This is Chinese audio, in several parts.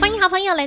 欢迎好朋友来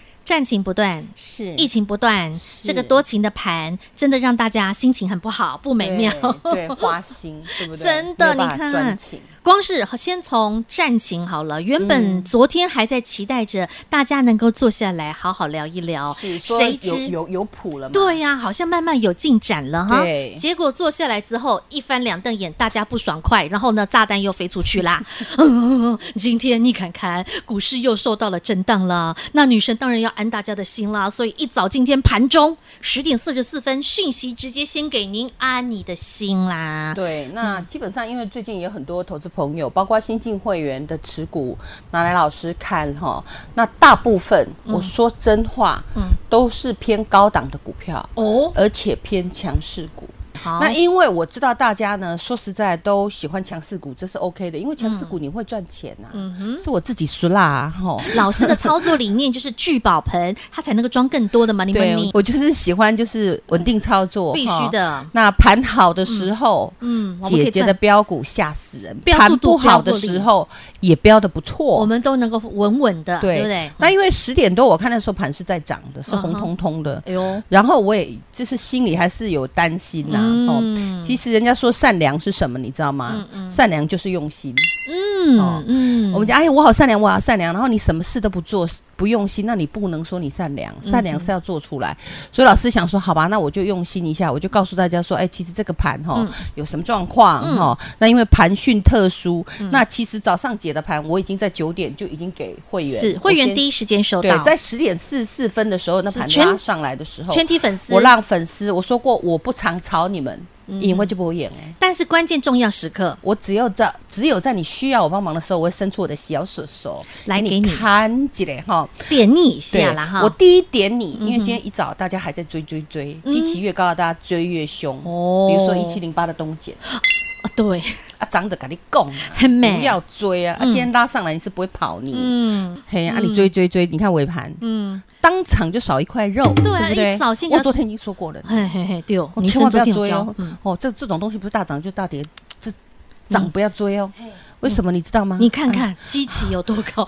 战情不断，是 疫情不断，嗯是这个多情的盘真的让大家心情很不好，不美妙。对对花心，对不 对？真的没有办法你看专情 光是先从战情好了，原本嗯昨天还在期待着大家能够坐下来好好聊一聊，哦是说谁有知有有谱了吗？对呀、好像慢慢有进展了哈。对结果坐下来之后，一翻两瞪眼，大家不爽快，然后呢，炸弹又飞出去啦。 嗯今天你看看，股市又受到了震荡了。那女神当然要安大家的心啦，所以一早今天盘中十点四十四分，讯息直接先给您安你的心啦。对，那嗯基本上因为最近也有很多投资朋友，包括新进会员的持股拿来老师看哈，那大部分、我说真话，嗯都是偏高档的股票，哦，而且偏强势股。好，那因为我知道大家呢，说实在都喜欢强势股，这是 OK 的，因为强势股你会赚钱呐、嗯哼。是我自己输啦吼。 老师的操作理念就是聚宝盆，它才能够装更多的 money 对 money，，我就是喜欢就是稳定操作，必须吼。的。那盘好的时候，嗯，我们可姐以姐赚的标股吓死人，标速盘度不标好不的利时候也标的不我错。们都能够稳稳的，对不对？那因为十点多我看那时候盘是在涨的，是红嗯哼彤彤的，哎呦，然后我也就是心里还是有担心呐、嗯哦，其实人家说善良是什么，你知道吗？善良就是用心。嗯哦嗯，我们讲，哎，我好善良，我好善良，然后你什么事都不做，不用心，那你不能说你善良，嗯善良是要做出来。所以老师想说，好吧，那我就用心一下，我就告诉大家说，哎，其实这个盘嗯哈、有什么状况哈、那因为盘讯特殊，嗯那其实早上解的盘，我已经在九点就已经给会员，是会员第一一。时间收对到，，在十点四十四分的时候，那是盘全拉上来的时候，全体粉丝我。让粉丝我说过，我不常吵你们，嗯因为就不会演哎。但是关键重要时刻，我只有在只有在你需要我帮忙的时候，我会伸出我的小手手来给你你看起来哈。点你一对下啦哈。我第一点你，因为今天一早大家还在追追追，基期越高，大家追越凶。嗯哦比如说一七零八的东碱啊对，啊，长得跟你讲啊， 很美不要追啊！啊，今天拉上来你是不会跑你，嗯嘿啊，你追追追，你看尾盘嗯，当场就少一块肉，对啊不对一早先给他我昨天已经说过了，嘿嘿嘿，对哦，哦女千生万不昨要天有追教哦，！嗯，哦，这这种东西不是大涨就大跌，这涨不要追哦。为什么你知道吗？嗯你看嗯看基期有多高，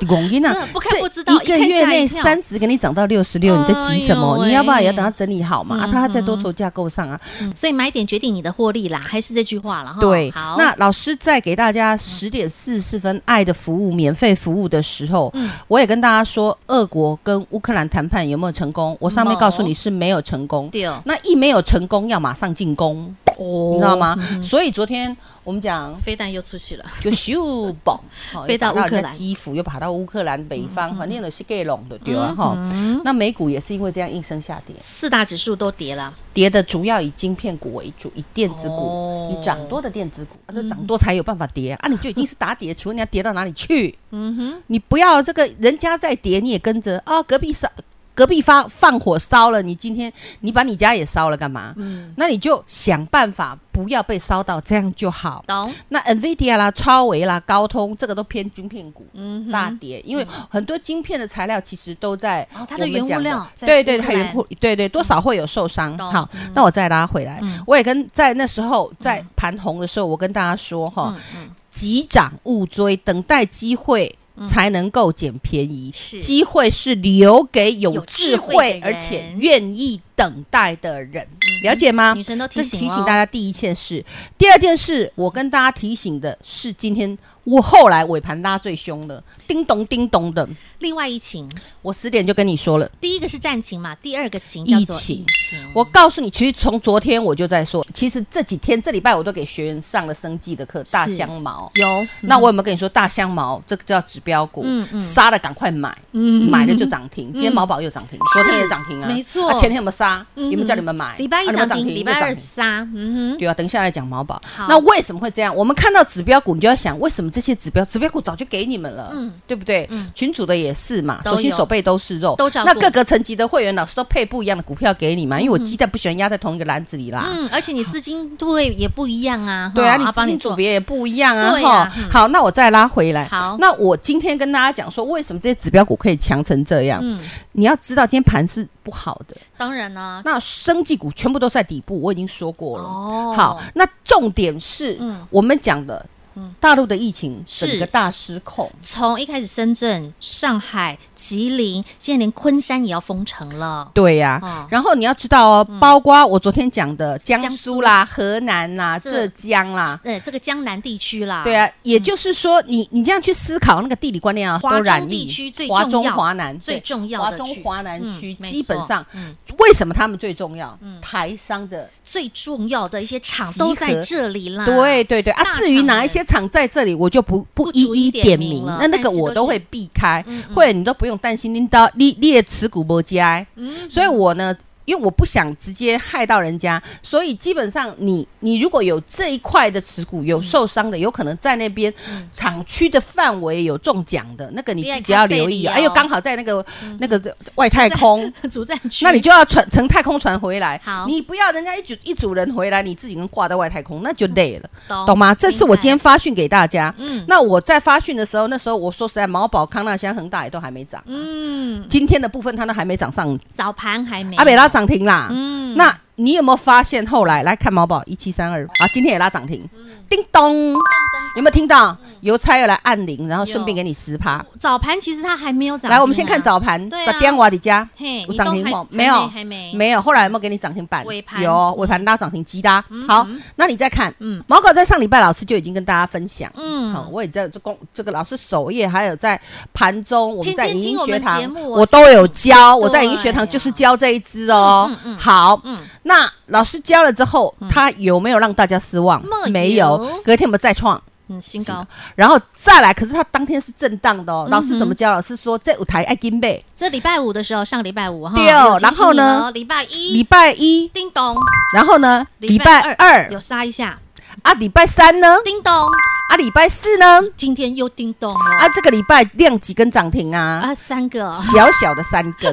拱音啊真的，不看这不知道一个一看吓月内一跳三十给你涨到六十六，你在急什哎呦么？喂你要不要也要等它整理好嘛？啊，嗯它在多头架构上啊， 所以买点决定你的获利啦，还是这句话了哈。对。好，那老师在给大家十点四十四分爱的服务免费服务的时候，嗯我也跟大家说，俄国跟乌克兰谈判有没有成功？我上面没有告诉你是没有成功。对哦，那一没有成功，要马上进攻，哦你知道吗？所以昨天我们讲飞弹又出去了，就咻 嘣，好飞到又跑乌克兰嗯人家基辅，又跑到乌克兰北方，反正都是给拢的对啊哈。那美股也是因为这样应声下跌，四大指数都跌了，跌的主要以晶片股为主，以电子哦股，以涨多的电子股，啊，就涨多才有办法跌啊！你就已经是打跌，请问你要跌到哪里去？嗯哼，你不要这个人家在跌，你也跟着啊，隔壁烧。隔壁发放火烧了，你今天你把你家也烧了干嘛？嗯那你就想办法不要被烧到，这样就好。懂，那 NVIDIA 啦、超维啦、高通这个都偏晶片股、嗯哼大跌，因为很多晶片的材料其实都在哦它的我们原物讲料在对对，乌克它原兰嗯物对对多少会有受伤。懂好，那我再拉回来嗯，我也跟在那时候在盘红的时候，我跟大家说哈，嗯急涨勿追，等待机会。才能够捡便宜，是机会是留给有有智智慧慧的而人且愿意等待的人，了解吗？嗯女生都提这是醒提醒咯大家第一件事。第二件事，我跟大家提醒的是，今天我后来尾盘拉最凶的，叮咚叮咚的，另外一情，我十点就跟你说了。第一个是战情嘛，第二个情叫做疫情疫情。我告诉你，其实从昨天我就在说，其实这几天这礼拜我都给学员上了生计的课，大是香茅。有，那我有没有跟你说，大香茅这个叫指标股嗯嗯，杀了赶快买，嗯买了就涨停。今天毛宝又涨停，昨天也涨停啊，没错啊前天有没有杀？嗯有没有叫你们买？礼拜一啊你涨们停，礼拜又二涨停杀，嗯哼，对啊，等一下来讲毛宝好。那为什么会这样？我们看到指标股，你就要想，为什么这些指标指标股早就给你们了，嗯对不对？嗯群主的也是嘛，都有手心手背都是肉，都照顾那各个层级的会员老师都配不一样的股票给你嘛，因为我鸡蛋不喜欢压在同一个篮子里啦。嗯，而且你资金对也不一样啊，对啊，哈你他资帮金做组别也不一样啊，对啊哈嗯好，那我再拉回来。好那我今天跟大家讲说，为什么这些指标股可以强成这样？嗯，你要知道，今天盘是不好的，当然啦，那生技股全部都在底部，我已经说过了。啊哦好，那重点是、嗯我们讲的嗯，大陆的疫情是整个大失控。从一开始深圳、上海、吉林，现在连昆山也要封城了。对呀、哦嗯然后你要知道哦，包括我昨天讲的江江苏苏啦、河南啦、这浙江啦，呃，这个江南地区啦，对，啊，也就是说，你你这样去思考那个地理观念啊，华都中染地疫区最华重中要华南最对重要华的中区华南区嗯没基本错上嗯，为什么他们最重要？台商的最重要的一些厂集都在合这里啦。对，对对大啊，至于厂哪人一些厂在这里，我就不不不一逐一一点点名名了，那那但个是我都都是会避开嗯，嗯或者你都不用担心拎到你你的持股不加，嗯，所以我呢。因为我不想直接害到人家，所以基本上你你如果有这一块的持股有受伤的，有可能在那边嗯厂区的范围有中奖的，那个你你也自己要看留这意里啊。哎呦，哦刚好在那个那个外太空， 主战区，那你就要传乘太空船回来。好你不要人家一组一组人回来，你自己跟挂在外太空，那就嗯累了，懂懂吗？这是我今天发讯给大家。嗯那我在发讯的时候，那时候我说实在，毛宝、康纳香、恒大也都还没涨。嗯，今天的部分它都还没涨上，早盘还没阿美拉涨停啦。嗯那你有没有发现后来来看毛宝一七三二啊，今天也拉涨停，嗯叮咚，有没有听到？邮差又来按铃，然后顺便有给你十趴。早盘其实它还没有涨、来，我们先看，早盘，对十啊点瓦底加嘿有涨停你都还吗？没有，还没还没有。后来有没有给你涨停板？尾盘有，尾盘拉涨停鸡的。啊好，那你再看，嗯嗯，毛狗在上礼拜老师就已经跟大家分享，嗯好，我也在这公这个老师首页，还有在盘中，我天们在天影听音我们学堂节，目我都有教，我在对影音学堂呀就是教这一支哦嗯嗯嗯。好，嗯，那老师教了之后，他有没有让大家失望没有？没有，隔天我们再创。嗯，新高，然后再来，可是它当天是震荡的哦。嗯哼老师怎么教？老师说这舞台爱金贝，这礼拜五的时候，上礼拜五哈，对哦有提醒然后呢你了，礼拜礼一，拜一，叮咚，然后呢，礼拜二有杀一下，啊，礼拜三呢，叮咚，啊，礼拜四呢，今天又叮咚啊了，，这个礼拜亮几根涨停啊，啊，三个，小小的三 根，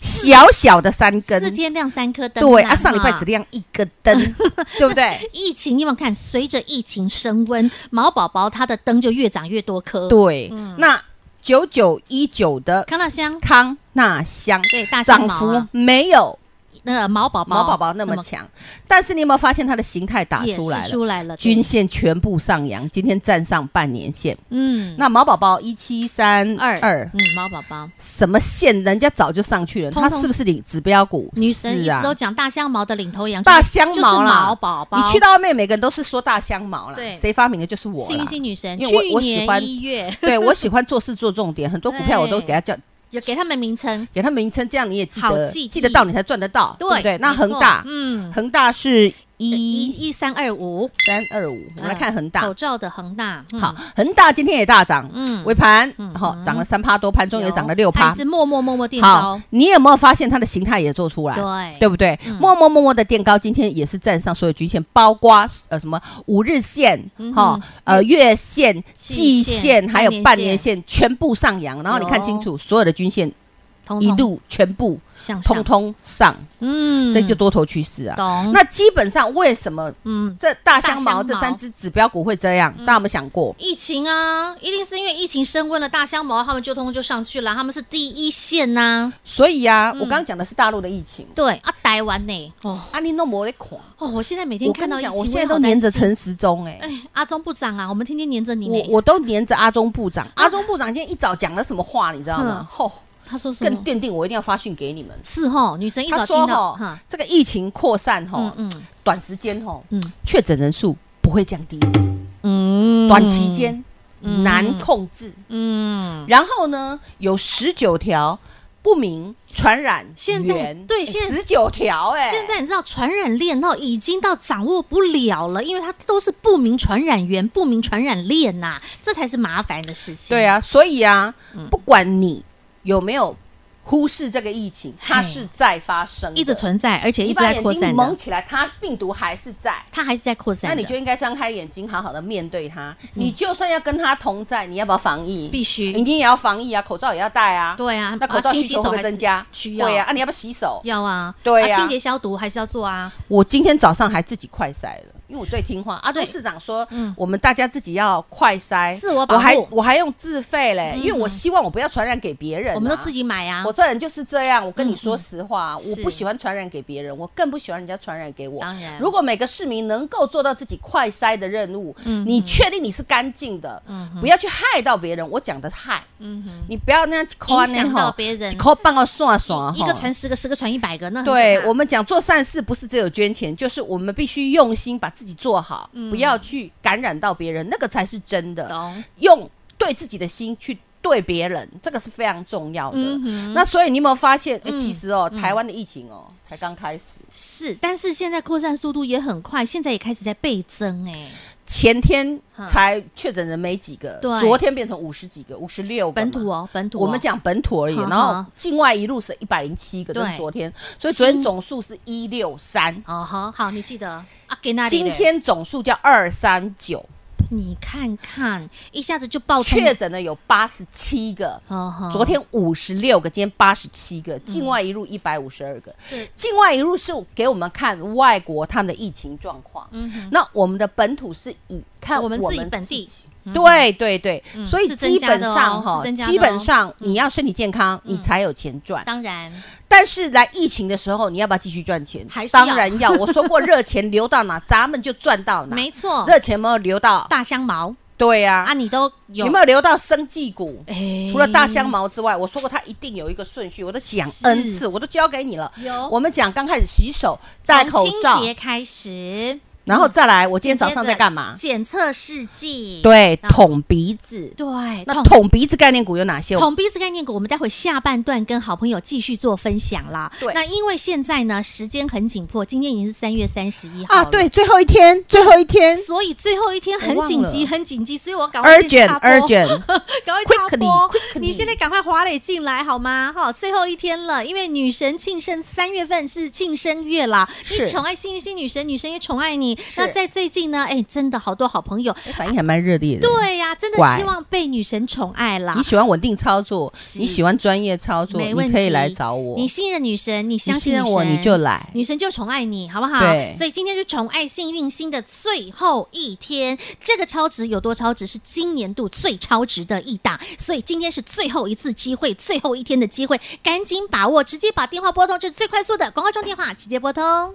小小的三四根，天亮三颗灯，对呐啊，上礼拜哈只。亮一个灯，对 不对？疫情，你有没有看？随着疫情升温，毛宝宝它的灯就越长越多颗。，对，嗯那九九一九的康乐香，康纳香对大香涨毛幅啊，没有那个呃毛宝宝，毛宝宝那么强，但是你有没有发现它的形态打也出来是了？出来了，均对线全部上扬，今天站上半年线。嗯，那毛宝宝一七三二二嗯，毛宝宝，什么线？人家早就上去了，通它通是不是领指标股？女神一是直啊都讲大香毛的领头羊，大就是香就是毛啦毛宝宝，你去到外面，每个人都是说大香毛啦对，谁发明的就是我幸啦运。星女神，因为我去我喜年欢一月对我喜欢做事做重点，很多股票我都给 它叫有给他们名称，给它名称，这样你也记好得，记忆记得到你才赚得到，对不对？那没错恒大，嗯，恒大是一一一三二五，三二五，我们来看恒大口。罩的恒大，嗯好，，恒大今天也大涨，嗯尾盘嗯好嗯涨了三趴多，盘中也涨了六它趴也。是默默默默垫好高，，你有没有发现它的形态也做出来？对对不对？嗯默默默默的垫高，今天也是站上所有均线，包括呃什么五日线、嗯哈、哼呃月线、季季线线，还有半半年年线，全部上扬。然后你看清楚，所有的均线通一通路全部向上，通通上，嗯，这就多头趋势啊。懂，那基本上为什么嗯。这大香大香毛嗯茅这三只指标股会这样？大家有没有想过？疫情啊，一定是因为疫情升温了，大香毛他们就通通就上去了，他们是第一线呐、所以啊，嗯我刚刚讲的是大陆的疫情，对啊，台湾呢，哦啊，你弄没得狂。哦，我现在每天我看跟到你疫情，讲，我也现在好都担黏着心啊陈时中哎、哎，阿忠部长啊，我们天天黏着你呢啊我。我都黏着阿中部长，阿中部长今天一早讲了什么话，你知道吗？吼、他说嗯什更么？奠定我一定要发讯给你们。是哈，女生一他早说哦听到哈，，这个疫情扩散哈，嗯短时间哈，嗯确诊人数不会降低，嗯短期，间嗯难控制。嗯，然后呢，有十九条不明传染哎现在对现在十九条哎，现在你知道传染链到已经到掌握不了了，因为它都是不明传染源、不明传染链呐、这才是麻烦的事情。对，啊，所以啊，嗯不管你有没有忽视这个疫情，它是在发生的，一直存在，而且一你直把在扩眼睛散蒙的，起来，它病毒还是在。它还是在扩散那的。你就应该张开眼睛，好好的面对它。你就算要跟它同在，你要不要防疫？嗯必须一定也要防疫啊，口罩也要戴啊。对啊那口罩啊清需洗求会手不还会是增加？需要对啊，啊，你要不要洗手？要啊，对啊清洁消毒还是要做啊。我今天早上还自己快筛了，因为我最听话。阿对中市长说嗯，我们大家自己要快筛，自我保护我还我还用自费嘞，嗯因为我希望我不要传染给别人啊。我们都自己买啊我，这人就是这样，我跟嗯你说实话，我是不喜欢传染给别人，我更不喜欢人家传染给我。当然如果每个市民能够做到自己快筛的任务，嗯你确定你是干净的，不要去害到别人。我讲的害，嗯哼，你不要那样夸影响到别人啊靠半个啊算算一个传十个，十个传一百个，那很可对怕我们讲做善事，不是只有捐钱，就是我们必须用心把自己做好，不要去感染到别人，那个才是真的。嗯懂用对自己的心去对别人，这个是非常重要的。嗯哼那所以你有没有发现？诶嗯其实哦，台湾的疫情哦才刚开始，是，但是现在扩散速度也很快，现在也开始在倍增哎、前天哈才确诊人没几个对，昨天变成五十几个，五十六个本嘛土。哦，本土、哦，我们讲本土而已，哈哈然后境外一路是一百零七个，对这是昨天，所以昨天总数是一六三，哦好好，你记得啊，给那里今嘞天总数叫二三九，你看看，一下子就爆冲确，诊的有八十七个，哦哈昨天五十六个，今天八十七个，境外一入一百五十二个是。境外一入是给我们看外国他们的疫情状况，那我们的本土是以看嗯哦我我们们自己自己本地。对对对，嗯所以是增基加本的哦上是哈，增加的基哦嗯本上你要身体健康，你才有钱赚。当然但是来疫情的时候，你要不要继续赚钱还？是要当然要。我说过，热钱流到哪，咱们就赚到哪。没错，热钱有没有流到？大香茅对呀啊，，你都有有没有流到生技股？哎除了大香茅之外，我说过它一定有一个顺序，我都讲 n 次，我都教给你了。有我们讲刚开始洗手、戴口罩从清，洁开始，然后再来，我今天早接上着在干嘛？检测试剂，对，然后捅鼻子。对，那捅捅鼻子概念股有哪些？捅鼻子概念股，我们待会下半段跟好朋友继续做分享啦。对那因为现在呢时间很紧迫，今天已经是三月三十一号啊，了对，，最后一天，最后一天所以最后一天很我忘紧急，了很紧急，所以我赶快去插播，urgent，urgent， 赶快插 Quickly, 播 quickly 你现在赶快华磊进来好吗？哈，最后一天了，因为女神庆生三月份是庆生月啦。是你宠爱幸运星女神，女神也宠爱你。是那在最近呢，哎，真的好多好朋友，哎反应还蛮热烈的。对呀、真的乖希望被女神宠爱啦你。喜欢稳定操作，是你喜欢专业操作，没问题，你可以来找我。你信任女神，你相信信女任我，神你就来。女神就宠爱你，好不好？对所以今天是宠爱幸运星的最后一天，这个超值有多超值？是今年度最超值的一档，所以今天是最后一次机会，最后一天的机会，赶紧把握，直接把电话拨通，这是最快速的广告中电话，直接拨通。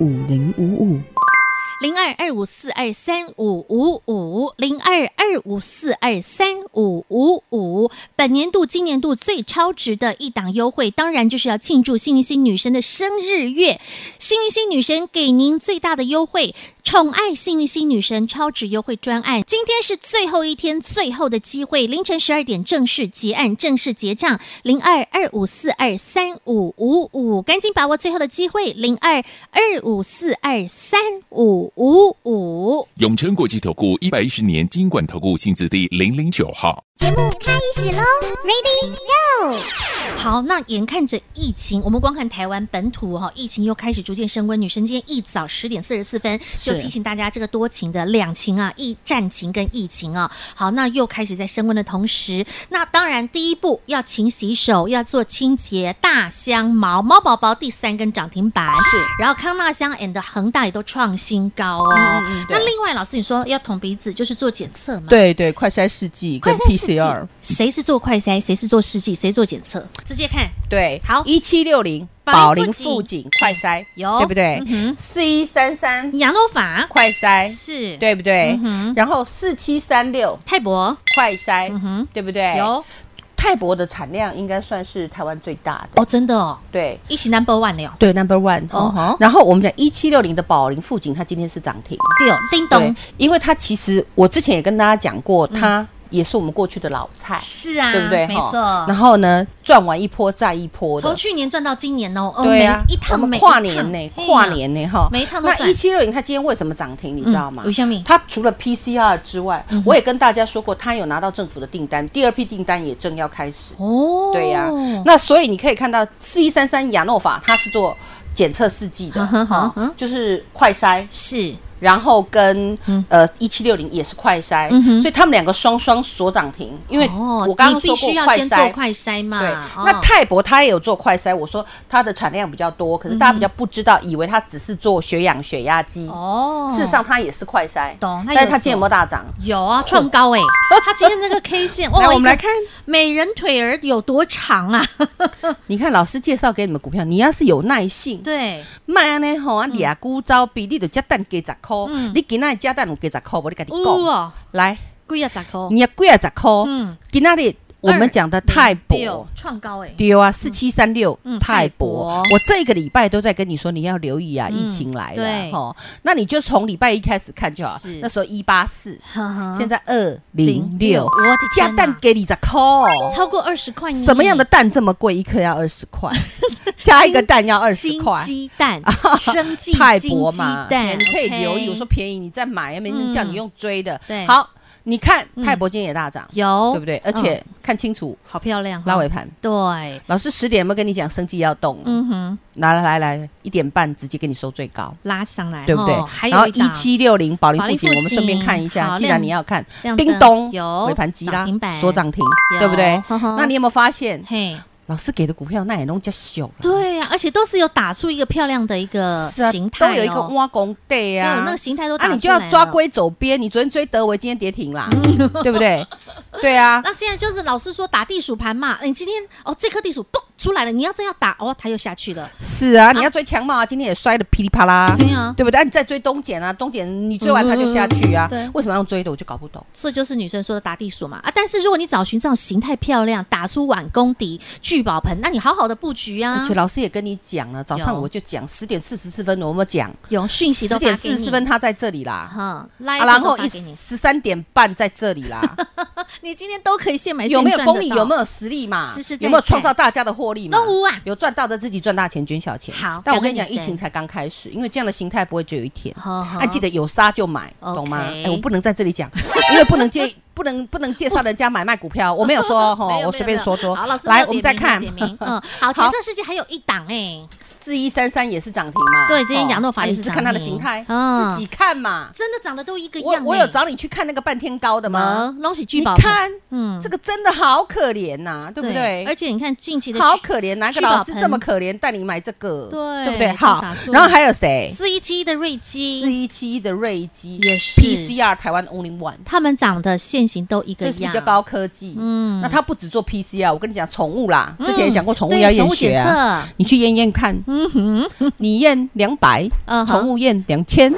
五零五五。零二二五四二三五五五，零二二五四二三五五五。本年度、今年度最超值的一档优惠，当然就是要庆祝幸运星女神的生日月。幸运星女神给您最大的优惠，宠爱幸运星女神超值优惠专案。今天是最后一天，最后的机会，凌晨十二点正式结案，正式结账。零二二五四二三五五五，赶紧把握最后的机会，零二二五四二三五五五。永诚国际投顾一百一十年金管投顾新字第零零九号。金目开始喽，Ready Go！好，那眼看着疫情，我们光看台湾本土哈、疫情又开始逐渐升温。女神今天一早十点四十四分是就提醒大家，这个多情的两情啊，疫战情跟疫情啊，好，那又开始在升温的同时，那当然第一步要勤洗手，要做清洁大香毛猫宝宝第三根涨停板是，然后康纳香 and 恒大也都创新高哦。嗯对那另外老师你说要捅鼻子，就是做检测嘛？。对对，快筛试剂嗯快跟筛试剂 PCR，，谁是做快筛，谁是做试剂，谁做检测？直接看对，好一七六零宝宝林林富富锦锦快筛有对不对嗯哼？四一三三羊肉法快筛是对不对嗯哼？然后四七三六泰博快筛嗯哼对不对？有泰博的产量应该算是台湾最大的，哦，真的哦，对。一起 number one 了哟，对，Number One 哦吼哦，然后我们讲一七六零的宝林富锦，它今天是涨停，六哦叮对嗯咚，，因为它其实我之前也跟大家讲过，它也是我们过去的老菜，是啊，对不对？没哈错，然后呢，赚完一波再一波的从，去年赚到今年哦，哦对啊每一，我趟每们一跨趟年呢，嘿呀跨年呢哈，每一趟都那赚一七六零它今天为什么涨停？你知道吗嗯为什么？它除了 PCR 之外，嗯我也跟大家说过，它有拿到政府的订单，第二批订单也正要开始。哦，对呀、那所以你可以看到四一三三亚诺法，它是做检测试剂的，嗯哼哈嗯哼就是快筛，是然后跟、呃一七六零也是快筛，嗯哼所以他们两个双双所涨停，因为哦我刚你刚必说过须要快先做筛。快筛嘛，对，哦那泰博它也有做快筛，我说它的产量比较多，可是大家比较不知道，以为它只是做血氧、血压机，哦，事实上它也是快筛，懂它有但是它今做天有没有大涨？有啊，创高 哎、他今天那个 K 线，哇，来我一们个来看美人腿儿有多长啊？你看老师介绍给你们股票，你要是有耐性，对，卖安尼吼，啊俩股招比你就加蛋加十箍，嗯你今仔的加蛋有加十箍无？你跟你呜讲，哦，来，贵啊，咋扣？你要几啊十箍？嗯今仔日我们讲的泰六博。创高哎、对啊，四七三六嗯泰泰博博，我这个礼拜都在跟你说你要留意啊，嗯疫情来对了哈，那你就从礼拜一开始看就好是。那时候一八四，欸，现在在二零六我，的加天哪蛋给你十扣，超过二十块呢，什么样的蛋这么贵？一颗要二十 块，加一个蛋要二十新块，鸡 蛋、生计泰金博鸡嘛，蛋，对你可以留意。 OK 我说便宜你再买，没人叫嗯你用追的。对嗯哦好，你看泰博今天也大涨，有，对不对？而且看清楚好漂亮哦，拉尾盘。对，老师十点有没有跟你讲生计要动？嗯哼，来来来来，一点半直接给你收最高，拉上来，对不对哦还？然后有一档七六零宝林宝林附附近，近我们顺便看一好下，既亮然你要看亮，灯叮咚有尾盘急涨拉停板所涨停有，哦对不对呵呵？那你有嗯没有发现嘿，老师给的股票那也弄叫小了？对啊，而且都是有打出一个漂亮的一个是啊形态哦，都有一个挖工地对，啊，那个形态都打啊，出来你就要抓了。龟走边。你昨天追德维，今天跌停啦，嗯对不对？对啊， 那现在就是老师说打地鼠盘嘛，你今天哦这颗地鼠嘣出来了，你要真要打哦，它又下去了，是啊，你要追强茂啊，今天也摔得噼里啪啦，对啊对不对？啊，你再追东碱啊，东碱你追完它就下去啊嗯对，为什么要用追的？我就搞不懂。这就是女生说的打地鼠嘛啊！但是如果你找寻这种形态漂亮、打出碗公底、聚宝盆，那你好好的布局啊而且，老师也跟你讲了，早上有我就讲十点四十四分，我们讲有讯息十都发点给你四十分他在这里啦，哈，啊，来、然后发一给你，十三点半在这 里啦，你今天都可以现买现有没有赚得功力？到有没有实力嘛实实？在有没有在创造大家的获利嘛？都无啊有赚到的自己赚大钱，捐小钱。好但我跟你感讲，恩女疫神情才刚开始，因为这样的形态不会只有一天。呵呵啊，记得有杀就买， OK 懂吗？哎，我不能在这里讲，因为不能介 不能不能介绍人家买卖股票，我没 有说没有哈，没有我随便说说没有好，老。师来，没有我们再点名看没有 点名嗯，好，前这世界还有一档哎，四一三三也是涨停嘛？对今天哦亚诺法啊也你是只是看它的涨停形态，嗯自己看嘛。真的长得都一个我样哎。我有找你去看那个半天高的什吗？么？恭喜聚你宝盆，看嗯这个真的好可怜呐，对不对？而且你看近期的好可怜，哪聚个宝老师盆这么可怜带你买这个？对对不对？都好打错，然后还有谁？四一七的瑞四基，一七一的瑞基也是 PCR 台湾 Only One，他们长得现形都一个这是比样，较高科技。嗯那它不只做 PCR，我跟你讲宠物啦，嗯之前也讲过宠物对要验宠物血检啊，测，你去验验看，嗯哼，你验两百，嗯哼宠物验两千，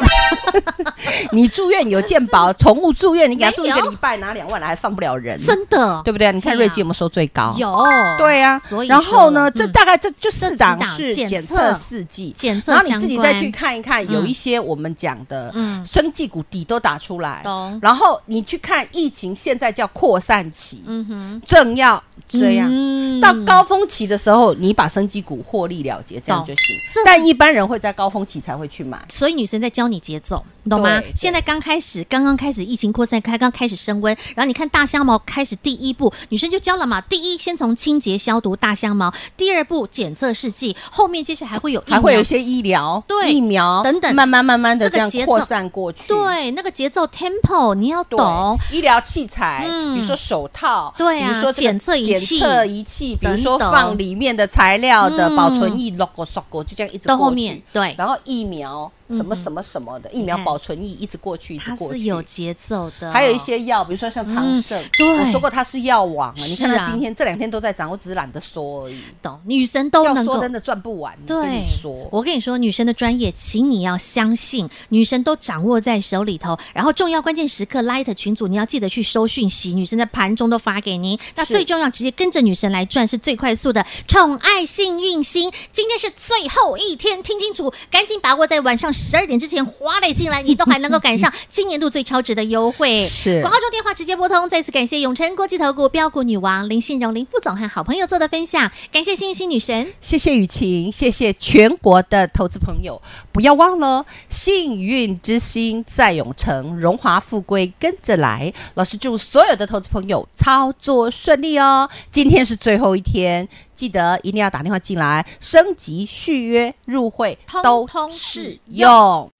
你住院有健保，宠物住院你给它住一没个有礼拜拿两万来还放不了人，真的对不对？你对呀看瑞基有没有收最高？。有，对啊呀、所以然后呢，说这嗯大概这就四档这是几档检检测测试剂，检测然后你相自己关再去看一看，有一些我们讲的嗯生技股底都打出来懂，然后你去看疫情现在叫扩散期，嗯哼，正要这样。嗯到高峰期的时候，你把生机股获利了结，这样就行这。但一般人会在高峰期才会去买。所以女生在教你节奏，你懂吗对对？现在刚开始，刚刚开始疫情扩散，刚刚开始升温，然后你看大香茅开始第一步，女生就教了嘛。第一，先从清洁消毒大香茅；第二步，检测试剂；后面接下来还会有疫苗还会有一些医疗、对疫苗等等慢慢慢慢的这个这样节奏扩散过去。对那个节奏 tempo 你要对懂。医疗器材，嗯比如说手套，对啊比如说这个检测仪器检测仪器，比如说等等放里面的材料的嗯保存液，logo logo 就这样一直到过后去面对嗯然后疫苗什么什么什么的疫苗看保存液一直过去，一直它过是去。有节奏的，还有一些药，比如说像长盛，对我说过它是药王啊。是啊你看它今天这两天都在涨，我只是懒得说而已。懂，女生都要能说够真的赚不完，对，跟你说，我跟你说，女生的专业，请你要相信，女生都掌握在手里头。然后重要关键时刻，Light 群组你要记得去收讯息，女生在盘中都发给您。那是最重要，直接跟着女神来赚是最快速的。宠爱幸运星，今天是最后一天，听清楚，赶紧把握在晚上十二点之前花蕾进来，你都还能够赶 上今年度最超值的优惠。是广告中电话直接拨通。再次感谢永诚国际投顾标股女王林信荣林副总和好朋友做的分享，感谢幸运星女神。谢谢雨晴，谢谢全国的投资朋友，不要忘了，幸运之星在永城，荣华富贵跟着来。老师祝所有的投资朋友操作顺利哦！今天是最后一天，记得一定要打电话进来，升级、续约、入会通都通适适用。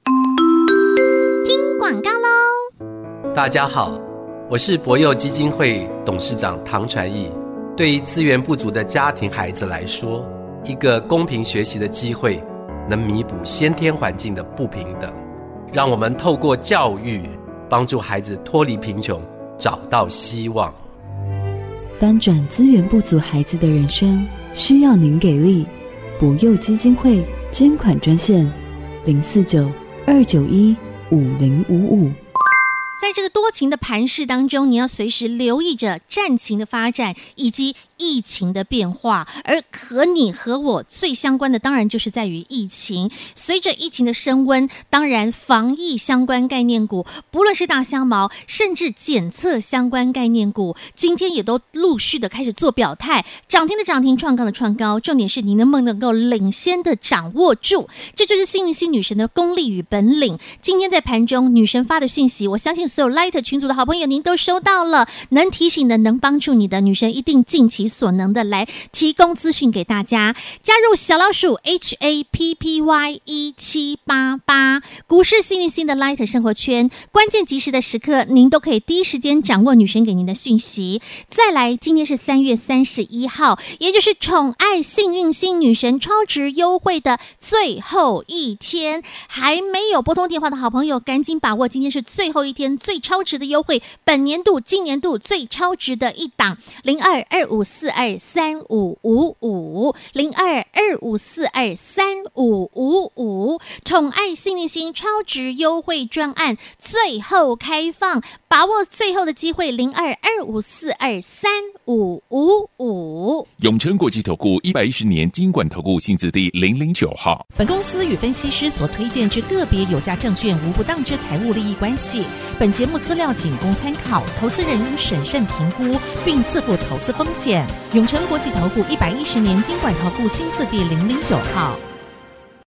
广告喽。大家好，我是博幼基金会董事长唐传义。对于资源不足的家庭孩子来说，一个公平学习的机会，能弥补先天环境的不平等。让我们透过教育，帮助孩子脱离贫穷，找到希望。翻转资源不足孩子的人生，需要您给力。博幼基金会捐款专线：零四九二九一五零五五。在这个多情的盘势当中，你要随时留意着战情的发展以及疫情的变化。而和你和我最相关的，当然就是在于疫情。随着疫情的升温，当然防疫相关概念股，不论是大香茅，甚至检测相关概念股，今天也都陆续的开始做表态，涨停的涨停，创高的创高。重点是你能不能够领先的掌握住，这就是幸运星女神的功力与本领。今天在盘中，女神发的讯息，我相信所有 Light 群组的好朋友您都收到了，能提醒的、能帮助你的，女神一定尽其所能的来提供资讯给大家。加入小老鼠 H A P P Y E 一七八八股市幸运星的 Light 生活圈，关键及时的时刻，您都可以第一时间掌握女神给您的讯息。再来，今天是三月三十一号，也就是宠爱幸运星女神超值优惠的最后一天，还没有拨通电话的好朋友，赶紧把握，今天是最后一天，最超值的优惠，本年度、今年度最超值的一档零二二五四二三五五五零二二五四二三五五五，宠爱幸运星超值优惠专案最后开放，把握最后的机会，零二二五四二三五五五。永诚国际投顾一百一十年金管投顾性质第零零九号。本公司与分析师所推荐之个别有价证券无不当之财务利益关系。本节目资料仅供参考，投资人应审慎评估并自负投资风险。永诚国际投顾一百一十年经管投顾新字第零零九号。